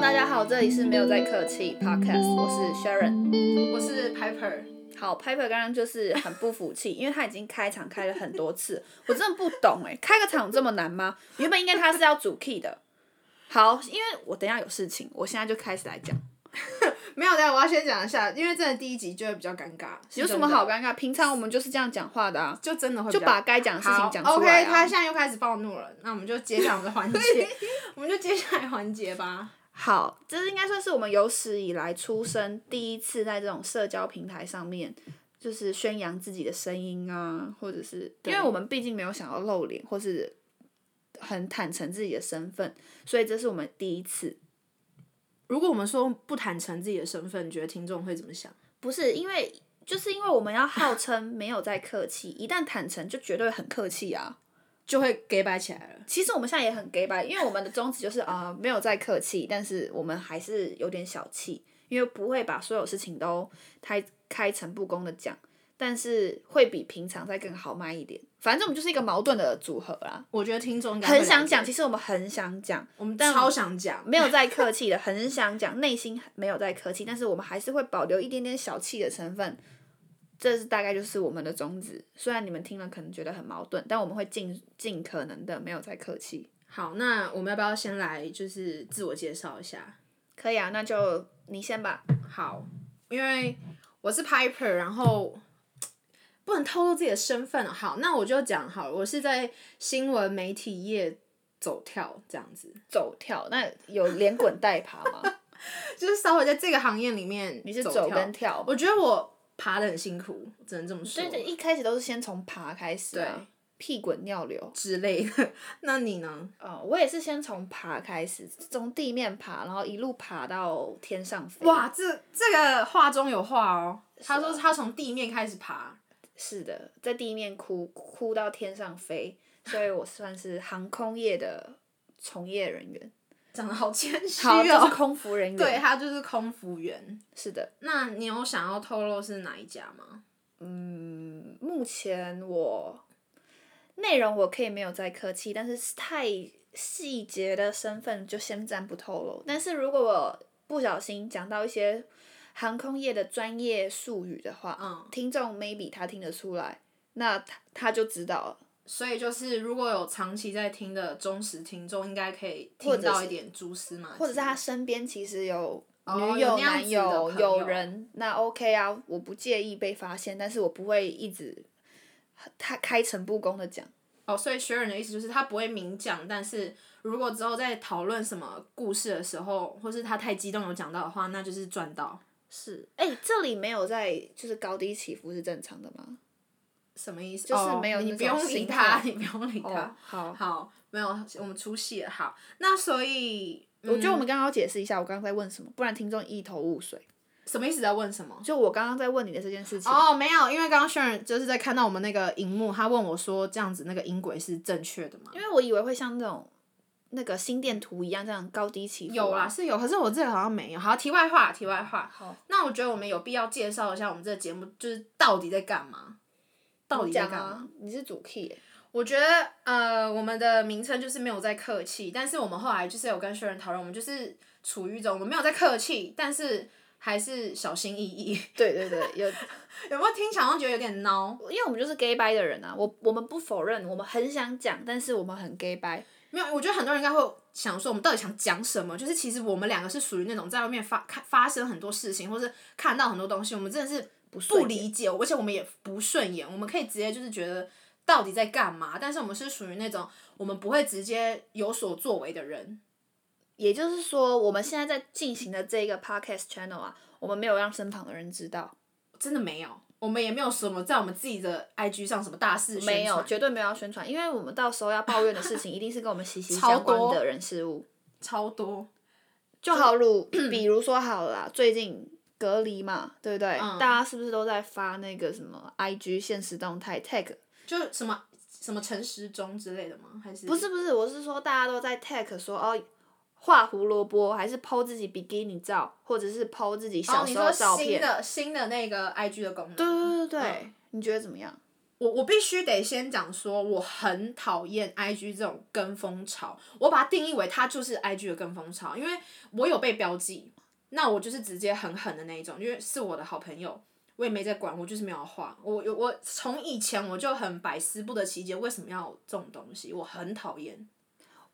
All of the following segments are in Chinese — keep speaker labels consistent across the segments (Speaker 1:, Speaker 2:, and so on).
Speaker 1: 大家好，这里是没有在客气 Podcast，我是 Sharon。
Speaker 2: 我是 Piper，
Speaker 1: 好，Piper 刚刚就是很不服气，因为他已经开场开了很多次，我真的不懂哎、开个场这么难吗？原本应该他是要主 key 的。好，因为我等一下有事情，我现在就开始来讲。
Speaker 2: 没有的，我要先讲一下，因为真的第一集就会比较尴尬。
Speaker 1: 有什么好？尴尬？平常我们就是这样讲话的啊，
Speaker 2: 就真的会比
Speaker 1: 就
Speaker 2: 较
Speaker 1: 把该讲的事情
Speaker 2: 好
Speaker 1: 讲出来、啊。
Speaker 2: OK，他现在又开始暴怒了，那我们就接下来我们的环节， 我们就接下来环节吧。
Speaker 1: 好，这是应该算是我们有史以来出生第一次在这种社交平台上面，就是宣扬自己的声音啊，或者是因
Speaker 2: 对
Speaker 1: 为我们毕竟没有想要露脸，或是很坦诚自己的身份，所以这是我们第一次。
Speaker 2: 如果我们说不坦诚自己的身份，你觉得听众会怎么想？
Speaker 1: 不是因为，就是因为我们要号称没有在客气，一旦坦诚就绝对很客气啊。
Speaker 2: 就会 gay 掰起来了。
Speaker 1: 其实我们现在也很 gay 白，因为我们的宗旨就是啊、呃没有在客气，但是我们还是有点小气，因为不会把所有事情都开开诚布公的讲，但是会比平常再更豪迈一点。反正我们就是一个矛盾的组合啦，
Speaker 2: 我觉得听众应该会
Speaker 1: 很想讲，
Speaker 2: 了解，
Speaker 1: 其实我们很想讲，
Speaker 2: 我们
Speaker 1: 但
Speaker 2: 超想讲，
Speaker 1: 没有在客气的，很想讲，内心没有在客气，但是我们还是会保留一点点小气的成分。这是大概就是我们的宗旨，虽然你们听了可能觉得很矛盾，但我们会尽尽可能的没有在客气。
Speaker 2: 好，那我们要不要先来就是自我介绍一下？
Speaker 1: 可以啊，那就你先吧。
Speaker 2: 好，因为我是 Piper，然后不能透露自己的身份哦。好，那我就讲好了，我是在新闻媒体业走跳这样子，
Speaker 1: 走跳，那有连滚带爬 吗？
Speaker 2: 就是稍微在这个行业里面，
Speaker 1: 你是
Speaker 2: 走
Speaker 1: 走跟跳吗？
Speaker 2: 我觉得我爬的很辛苦，只能这么说
Speaker 1: 所，以一开始都是先从爬开始、啊，屁滚尿流。
Speaker 2: 之类的。 那你呢？
Speaker 1: 哦，我也是先从爬开始，从地面爬，然后一路爬到天上飞。，
Speaker 2: 哇，这这个话中有话哦。
Speaker 1: 啊
Speaker 2: 他说他从地面开始爬，
Speaker 1: 是的，在地面哭哭到天上飞，所以我算是航空业的从业人员。
Speaker 2: 长得好谦虚
Speaker 1: 好，就
Speaker 2: 哦
Speaker 1: 是。空服人员。
Speaker 2: 对，他就是空服员。
Speaker 1: 是的。
Speaker 2: 那你有想要透露是哪一家吗？
Speaker 1: 目前我内容我可以没有再客气，但是太细节的身份就先暂不透露。但是如果我不小心讲到一些航空业的专业术语的话，
Speaker 2: 嗯
Speaker 1: 听众 maybe 他听得出来，那他他就知道了。
Speaker 2: 所以就是，如果有长期在听的忠实听众，应该可以
Speaker 1: 或
Speaker 2: 听
Speaker 1: 者
Speaker 2: 到
Speaker 1: 是
Speaker 2: 一点蛛丝马迹，
Speaker 1: 或者在他身边其实有
Speaker 2: 哦
Speaker 1: 女
Speaker 2: 有
Speaker 1: 友、
Speaker 2: 那样
Speaker 1: 男
Speaker 2: 子的
Speaker 1: 友、
Speaker 2: 朋
Speaker 1: 有
Speaker 2: 友
Speaker 1: 人，那 OK 啊，我不介意被发现，但是我不会一直他开诚布公的讲。
Speaker 2: 哦，所以学人的意思就是他不会明讲，但是如果之后在讨论什么故事的时候，或是他太激动有讲到的话，那就是赚到。
Speaker 1: 是，哎、这里没有在就是高低起伏是正常的吗？
Speaker 2: 什么意思？
Speaker 1: 就是
Speaker 2: 哦
Speaker 1: 没有
Speaker 2: 你
Speaker 1: 那
Speaker 2: 不
Speaker 1: 种
Speaker 2: 用理
Speaker 1: 心
Speaker 2: 他，
Speaker 1: 跳
Speaker 2: 你不用理他。
Speaker 1: 哦啊好，
Speaker 2: 好，没有，我们出戏了。好，那所以嗯
Speaker 1: 我觉得我们刚刚要解释一下我刚刚在问什么，不然听众一头雾水。
Speaker 2: 什么意思？在问什么？
Speaker 1: 就我刚刚在问你的这件事情，
Speaker 2: 哦，没有，因为刚刚 Sharon 就是在看到我们那个荧幕，他问我说这样子那个音轨是正确的吗？
Speaker 1: 因为我以为会像那种那个心电图一样这样高低起伏、啊
Speaker 2: 有啦，，是有，可是我这个好像没有。好，题外话，题外话。
Speaker 1: 好，
Speaker 2: 那我觉得我们有必要介绍一下我们这个节目，就是到底在干嘛？到底
Speaker 1: 你
Speaker 2: 在
Speaker 1: 讲
Speaker 2: 干嘛？
Speaker 1: 啊，你是主 key，、欸、
Speaker 2: 我觉得呃，我们的名称就是没有在客气，但是我们后来就是有跟学人讨论，我们就是处于一种我们没有在客气，但是还是小心翼翼。
Speaker 1: 对对对，有，
Speaker 2: 有没有听想像觉得有点孬？
Speaker 1: 因为我们就是 gay 掰的人啊，我我们不否认，我们很想讲，但是我们很 gay 掰，
Speaker 2: 没有，我觉得很多人应该会想说，我们到底想讲什么？就是其实我们两个是属于那种在外面发看发生很多事情，或是看到很多东西，我们真的是
Speaker 1: 顺眼
Speaker 2: 不理解，而且我们也不顺眼，我们可以直接就是觉得到底在干嘛？但是我们是属于那种我们不会直接有所作为的人。
Speaker 1: 也就是说，我们现在在进行的这个 podcast channel 啊，我们没有让身旁的人知道，
Speaker 2: 真的没有，我们也没有什么在我们自己的 IG 上什么大事宣传
Speaker 1: 没有，绝对没有要宣传，因为我们到时候要抱怨的事 情，一定是跟我们息息
Speaker 2: 超
Speaker 1: 相关
Speaker 2: 多
Speaker 1: 的人事物。
Speaker 2: 超多。
Speaker 1: 就好 如，比如说好了啦，最近隔离嘛，对不对？
Speaker 2: 嗯
Speaker 1: 大家是不是都在发那个什么 IG 现实动态
Speaker 2: 嗯
Speaker 1: tag？
Speaker 2: 就什么什么陈时中之类的吗？还是
Speaker 1: 不是不是，我是说大家都在 tag 说哦，画胡萝卜，还是 po 自己比基尼照，或者是 po 自己
Speaker 2: 哦
Speaker 1: 小，
Speaker 2: 你
Speaker 1: 时候
Speaker 2: 说
Speaker 1: 照
Speaker 2: 新
Speaker 1: 片。
Speaker 2: 的新的那个 IG 的功能？
Speaker 1: 对对对对对，
Speaker 2: 嗯
Speaker 1: 你觉得怎么样？
Speaker 2: 我我必须得先讲说，我很讨厌 IG 这种跟风潮，我把它定义为它就是 IG 的跟风潮，因为我有被标记，那我就是直接很狠的那一种，因为是我的好朋友，我也没在管，我就是没有画，我有我从以前我就很百思不得其解，为什么要有这种东西，我很讨厌。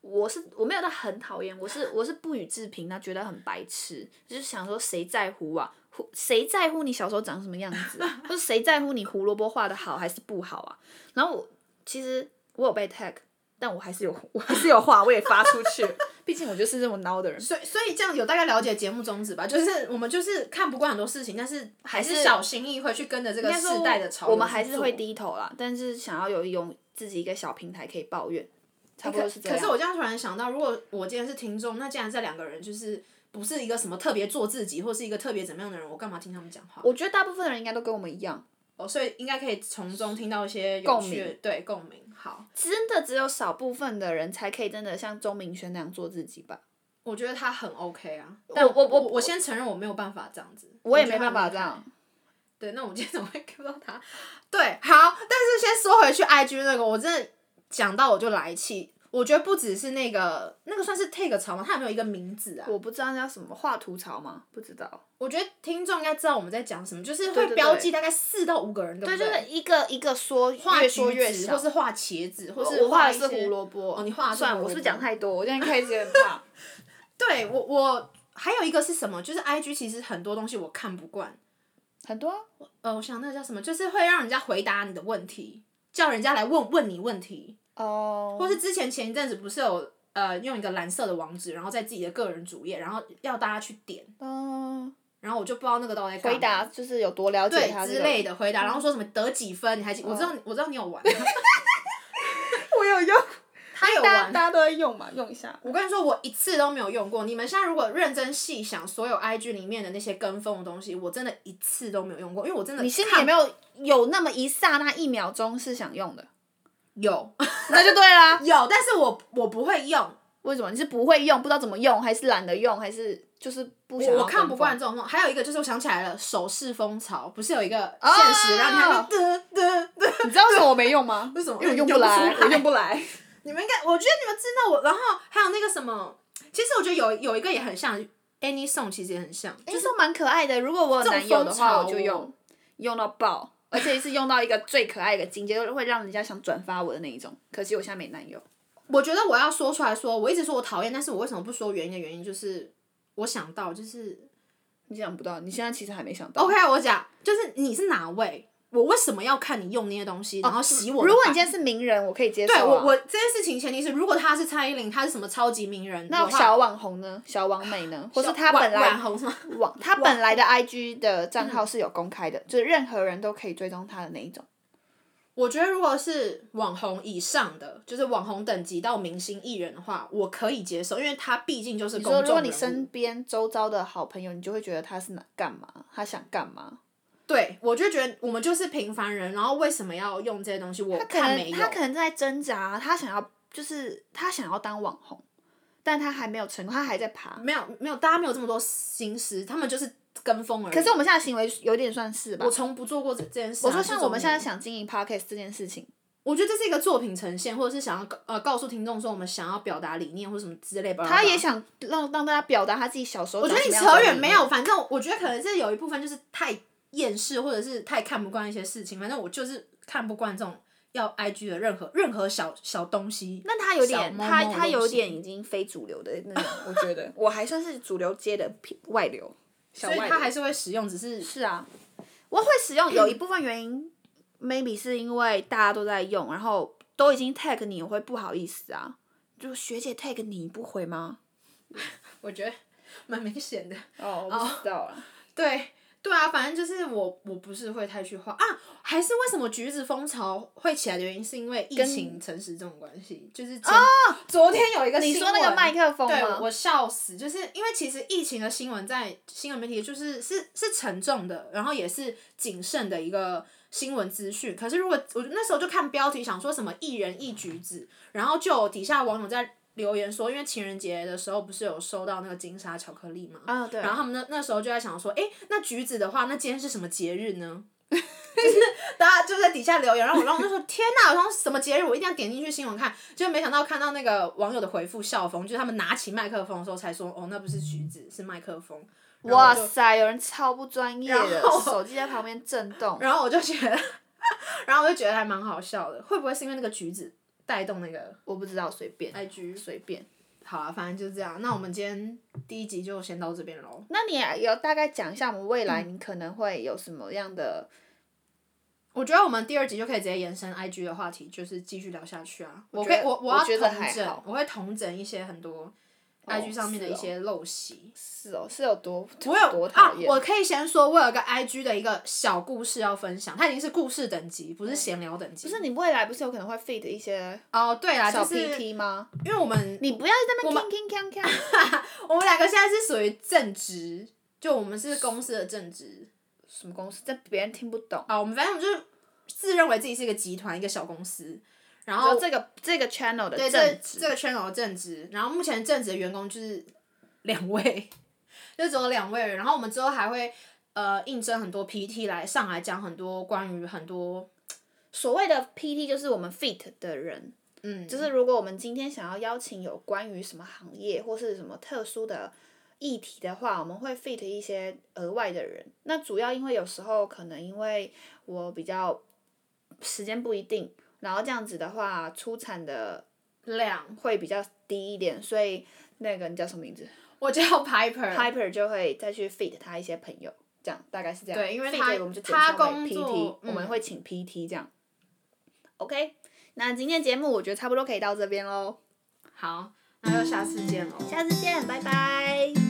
Speaker 1: 我是我没有到很讨厌，我是我是不予置评，那啊觉得很白痴，就是想说谁在乎啊？胡谁在乎你小时候长什么样子啊？或是谁在乎你胡萝卜画的好还是不好啊？然后我其实我有被 tag，但我还是有我还是有画，我也发出去，毕竟我就是这么孬 的人。
Speaker 2: 所以所以这样有大概了解节目宗旨吧，就是我们就是看不惯很多事情，但是还
Speaker 1: 还
Speaker 2: 是
Speaker 1: 是
Speaker 2: 小心翼翼会去跟着这个
Speaker 1: 应该说
Speaker 2: 世代的潮流
Speaker 1: 我们还
Speaker 2: 去
Speaker 1: 是
Speaker 2: 做
Speaker 1: 会低头啦，但是想要有有自己一个小平台可以抱怨，差不多是这
Speaker 2: 哎可
Speaker 1: 样。
Speaker 2: 是我这样突然想到，如果我今天是听众，那既然这两个人就是不是一个什么特别做自己，或是一个特别怎么样的人，我干嘛听他们讲话？
Speaker 1: 我觉得大部分人应该都跟我们一样，
Speaker 2: 哦，所以应该可以从中听到一些有
Speaker 1: 共
Speaker 2: 趣的，对共鸣。好，
Speaker 1: 真的只有少部分的人才可以真的像钟明轩那样做自己吧。
Speaker 2: 我觉得他很 OK 啊，但
Speaker 1: 我我
Speaker 2: 我我先承认我没有办法这样子，
Speaker 1: 我也
Speaker 2: 觉得
Speaker 1: 没办
Speaker 2: 他
Speaker 1: 法
Speaker 2: 很
Speaker 1: 这样。
Speaker 2: 对，那我今天怎么会 Q 到他？对，好，但是先说回去 IG 那个，我真的讲到我就来气。我觉得不只是那个，那个算是 tag 潮吗？它有没有一个名字啊？
Speaker 1: 我不知道那叫什么画图槽吗？不知道。
Speaker 2: 我觉得听众应该知道我们在讲什么，就是
Speaker 1: 对
Speaker 2: 会
Speaker 1: 对
Speaker 2: 标记大概四到五个人，对
Speaker 1: 对，
Speaker 2: 不
Speaker 1: 就是一个一个说，
Speaker 2: 画
Speaker 1: 越说
Speaker 2: 橘
Speaker 1: 越
Speaker 2: 子
Speaker 1: 小。
Speaker 2: 或是画茄子，或是
Speaker 1: 我画的
Speaker 2: 一
Speaker 1: 是
Speaker 2: 些
Speaker 1: 胡萝卜。
Speaker 2: 哦你画的是
Speaker 1: 算了，
Speaker 2: 胡
Speaker 1: 我是
Speaker 2: 萝
Speaker 1: 不是
Speaker 2: 卜
Speaker 1: 讲太多？我现在开始很怕。
Speaker 2: 对我我还有一个是什么？就是 IG 其实很多东西我看不惯，
Speaker 1: 很多啊
Speaker 2: 呃，我想那个叫什么，就是会让人家回答你的问题，叫人家来问问你问题，
Speaker 1: 哦，
Speaker 2: 或是之前前一阵子不是有呃用一个蓝色的网址，然后在自己的个人主页，然后要大家去点，
Speaker 1: 嗯，
Speaker 2: 然后我就不知道那个到底在干
Speaker 1: 回
Speaker 2: 嘛
Speaker 1: 答就是有多了解
Speaker 2: 对
Speaker 1: 他
Speaker 2: 之类。的回答，然后说什么得几分，你还记？我知
Speaker 1: 嗯
Speaker 2: 道你我知道你有玩，啊
Speaker 1: 我有用，
Speaker 2: 他 有
Speaker 1: 大家
Speaker 2: 玩，
Speaker 1: 大家都在用嘛，用一下。
Speaker 2: 我跟你说，我一次都没有用过。你们现在如果认真细想，所有 IG 里面的那些跟风的东西，我真的一次都没有用过，因为我真的
Speaker 1: 你心里
Speaker 2: 看
Speaker 1: 有没有有那么一刹那一秒钟是想用的？
Speaker 2: 有
Speaker 1: 那就对啦。
Speaker 2: 有，但是我我不会用，
Speaker 1: 为什么你是不会用，不知道怎么用，还是懒得用，还是就是不想
Speaker 2: 我
Speaker 1: 要
Speaker 2: 我看
Speaker 1: 跟
Speaker 2: 不
Speaker 1: 风
Speaker 2: 惯这种风。还有一个就是我想起来了，手势风潮不是有一个
Speaker 1: 哦
Speaker 2: 现实，然后你还得得得，
Speaker 1: 你知道为什么我没用 吗？
Speaker 2: 为什么
Speaker 1: 啊因为我用
Speaker 2: 用
Speaker 1: 不
Speaker 2: 不
Speaker 1: 来，
Speaker 2: 出来
Speaker 1: 我 用不来。
Speaker 2: 你们应该，我觉得你们知道我。然后还有那个什么，其实我觉得有有一个也很像 Any Song，其实也很像，
Speaker 1: 就是说蛮可爱的，如果我有男友的
Speaker 2: 这种风
Speaker 1: 话，
Speaker 2: 潮
Speaker 1: 我就用，用到爆，而且是用到一个最可爱的境界，会让人家想转发我的那一种。可惜我现在没男友。
Speaker 2: 我觉得我要说出来说，我一直说我讨厌，但是我为什么不说原因的原因就是，我想到就是
Speaker 1: 你想不到，你现在其实还没想到。
Speaker 2: OK，我讲就是你是哪位，我为什么要看你用那些东西，然后洗我的
Speaker 1: 如果你
Speaker 2: 板
Speaker 1: 今天是名人，我可以接受、啊。
Speaker 2: 对我我这件事情前提是，如果他是蔡依林，他是什么超级名人，
Speaker 1: 那
Speaker 2: 我
Speaker 1: 小网红呢？小王美呢？或是他本
Speaker 2: 晚
Speaker 1: 来
Speaker 2: 红什么？
Speaker 1: 网他本来的 IG 的账号是有公开的，就是任何人都可以追踪他的那一种。
Speaker 2: 我觉得如果是网红以上的，就是网红等级到明星艺人的话，我可以接受，因为他毕竟就是
Speaker 1: 你
Speaker 2: 公众
Speaker 1: 说，如果你
Speaker 2: 人物
Speaker 1: 身边周遭的好朋友，你就会觉得他是哪干嘛，他想干嘛？
Speaker 2: 对，我就觉得我们就是平凡人，然后为什么要用这些东西？我
Speaker 1: 他可
Speaker 2: 看
Speaker 1: 能
Speaker 2: 没有，
Speaker 1: 他可能在挣扎，他想要就是他想要当网红，但他还没有成功，他还在爬。
Speaker 2: 没有没有，大家没有这么多心思，他们就是跟风而已。
Speaker 1: 可是我们现在行为有点算是吧
Speaker 2: 我。从不做过这这件事啊、
Speaker 1: 我说像我们现在
Speaker 2: 这种
Speaker 1: 想经营 podcast 这件事情，
Speaker 2: 我觉得这是一个作品呈现，或者是想要告呃告诉听众说我们想要表达理念或什么之类吧。
Speaker 1: 他也，想让让大家表达他自己小时候
Speaker 2: 我
Speaker 1: 长
Speaker 2: 觉
Speaker 1: 什么
Speaker 2: 得你
Speaker 1: 样子的
Speaker 2: 扯
Speaker 1: 理念。
Speaker 2: 远没有，反正我觉得可能是有一部分就是太厌世，或者是太看不惯一些事情。反正我就是看不惯这种要 IG 的任何任何小小东西。
Speaker 1: 那他有
Speaker 2: 小
Speaker 1: 点，
Speaker 2: 猫
Speaker 1: 他
Speaker 2: 猫的
Speaker 1: 他有
Speaker 2: 东西
Speaker 1: 点已经非主流的那种，我觉得 我还算是主流街的偏外流，小
Speaker 2: 所以
Speaker 1: 外
Speaker 2: 他
Speaker 1: 流。
Speaker 2: 还是会使用，只是
Speaker 1: 是啊，我会使用有一部分原因，maybe 是因为大家都在用，然后都已经 tag 你，我会不好意思啊。就学姐 tag 你不回吗？
Speaker 2: 我觉得蛮明显的。
Speaker 1: 哦，我不知道啊。
Speaker 2: 对对啊，反正就是我我不是会太去画啊，还是为什么橘子风潮会起来的原因，是因为疫
Speaker 1: 跟哦
Speaker 2: 情、诚实这种关系，就是前、昨天有一个
Speaker 1: 你
Speaker 2: 新
Speaker 1: 说那个
Speaker 2: 闻
Speaker 1: 麦克风
Speaker 2: 对，
Speaker 1: 吗？
Speaker 2: 我笑死，就是因为其实疫情的新闻在新闻媒体就是是是沉重的，然后也是谨慎的一个新闻资讯。可是如果我那时候就看标题，想说什么一人一橘子，然后就有底下网友在留言说，因为情人节的时候不是有收到那个金沙巧克力嘛，
Speaker 1: 啊，对
Speaker 2: 然。后他们那那时候就在想说，诶，那橘子的话，那今天是什么节日呢？大家就在底下留言，然后我然后我就说天哪，然后什么节日我一定要点进去新闻看，就没想到看到那个网友的回复笑疯，就是他们拿起麦克风的时候才说，哦，那不是橘子，是麦克风。然后
Speaker 1: 哇
Speaker 2: 我就
Speaker 1: 塞，有人超不专业的
Speaker 2: 然后，
Speaker 1: 手机在旁边震动。
Speaker 2: 然后我就觉得， 然后我就觉得还蛮好笑的，会不会是因为那个橘子带动那个
Speaker 1: 我不知道，随便
Speaker 2: IG？
Speaker 1: 随便。
Speaker 2: 好啊，反正就是这样。那我们今天第一集就先到这边喽。
Speaker 1: 那你也有大概讲一下我们未来
Speaker 2: 嗯
Speaker 1: 你可能会有什么样的？
Speaker 2: 我觉得我们第二集就可以直接延伸 IG 的话题，就是继续聊下去啊。我
Speaker 1: 觉
Speaker 2: 可以，
Speaker 1: 得
Speaker 2: 我
Speaker 1: 我
Speaker 2: 要
Speaker 1: 觉得
Speaker 2: 统
Speaker 1: 还
Speaker 2: 整
Speaker 1: 好，哦
Speaker 2: 我会统整一些很多 IG 上面的一些陋习。
Speaker 1: 是哦，是有多
Speaker 2: 我有
Speaker 1: 多
Speaker 2: 啊
Speaker 1: 讨，厌？
Speaker 2: 我可以先说，我有个 IG 的一个小故事要分享，它已经是故事等级，不是闲聊等级。
Speaker 1: 嗯不是你未来不是有可能会 fit 一些
Speaker 2: 哦，对啦，
Speaker 1: 小
Speaker 2: 就是因
Speaker 1: PT 吗？
Speaker 2: 为我们
Speaker 1: 你不要在那边听听锵锵，
Speaker 2: 我们两个现在是属于正职，就我们是公司的正职
Speaker 1: 什么公司？这别人听不懂。
Speaker 2: 啊，我们反正我们就是自认为自己是一个集团，一个小公司，然
Speaker 1: 然
Speaker 2: 后
Speaker 1: 后这个这个 channel 的
Speaker 2: 对这
Speaker 1: 正职
Speaker 2: 这个圈头的正职，然后目前正职的员工就是两位， 就只有两位，然后我们之后还会呃应征很多 PT 来上来讲很多关于很多
Speaker 1: 所谓的 PT 就是我们 fit 的人，
Speaker 2: 嗯
Speaker 1: 就是如果我们今天想要邀请有关于什么行业或是什么特殊的议题的话，我们会 fit 一些额外的人。那主要因为有时候可能因为我比较时间不一定，然后这样子的话出产的
Speaker 2: 量，
Speaker 1: 会比较低一点，所以那个你叫什么名字
Speaker 2: 我叫 Piper。
Speaker 1: ？Piper 就会再去 fit 他一些朋友。这样大概是这样，
Speaker 2: 对因为
Speaker 1: fit
Speaker 2: 他
Speaker 1: 我们就简
Speaker 2: 他
Speaker 1: 称
Speaker 2: 工
Speaker 1: 为 PT，
Speaker 2: 作、
Speaker 1: 我们
Speaker 2: 嗯
Speaker 1: 会请 PT 这样。OK，那今天节目我觉得差不多可以到这边喽。
Speaker 2: 好，那就下次见喽。
Speaker 1: 下次见，拜拜。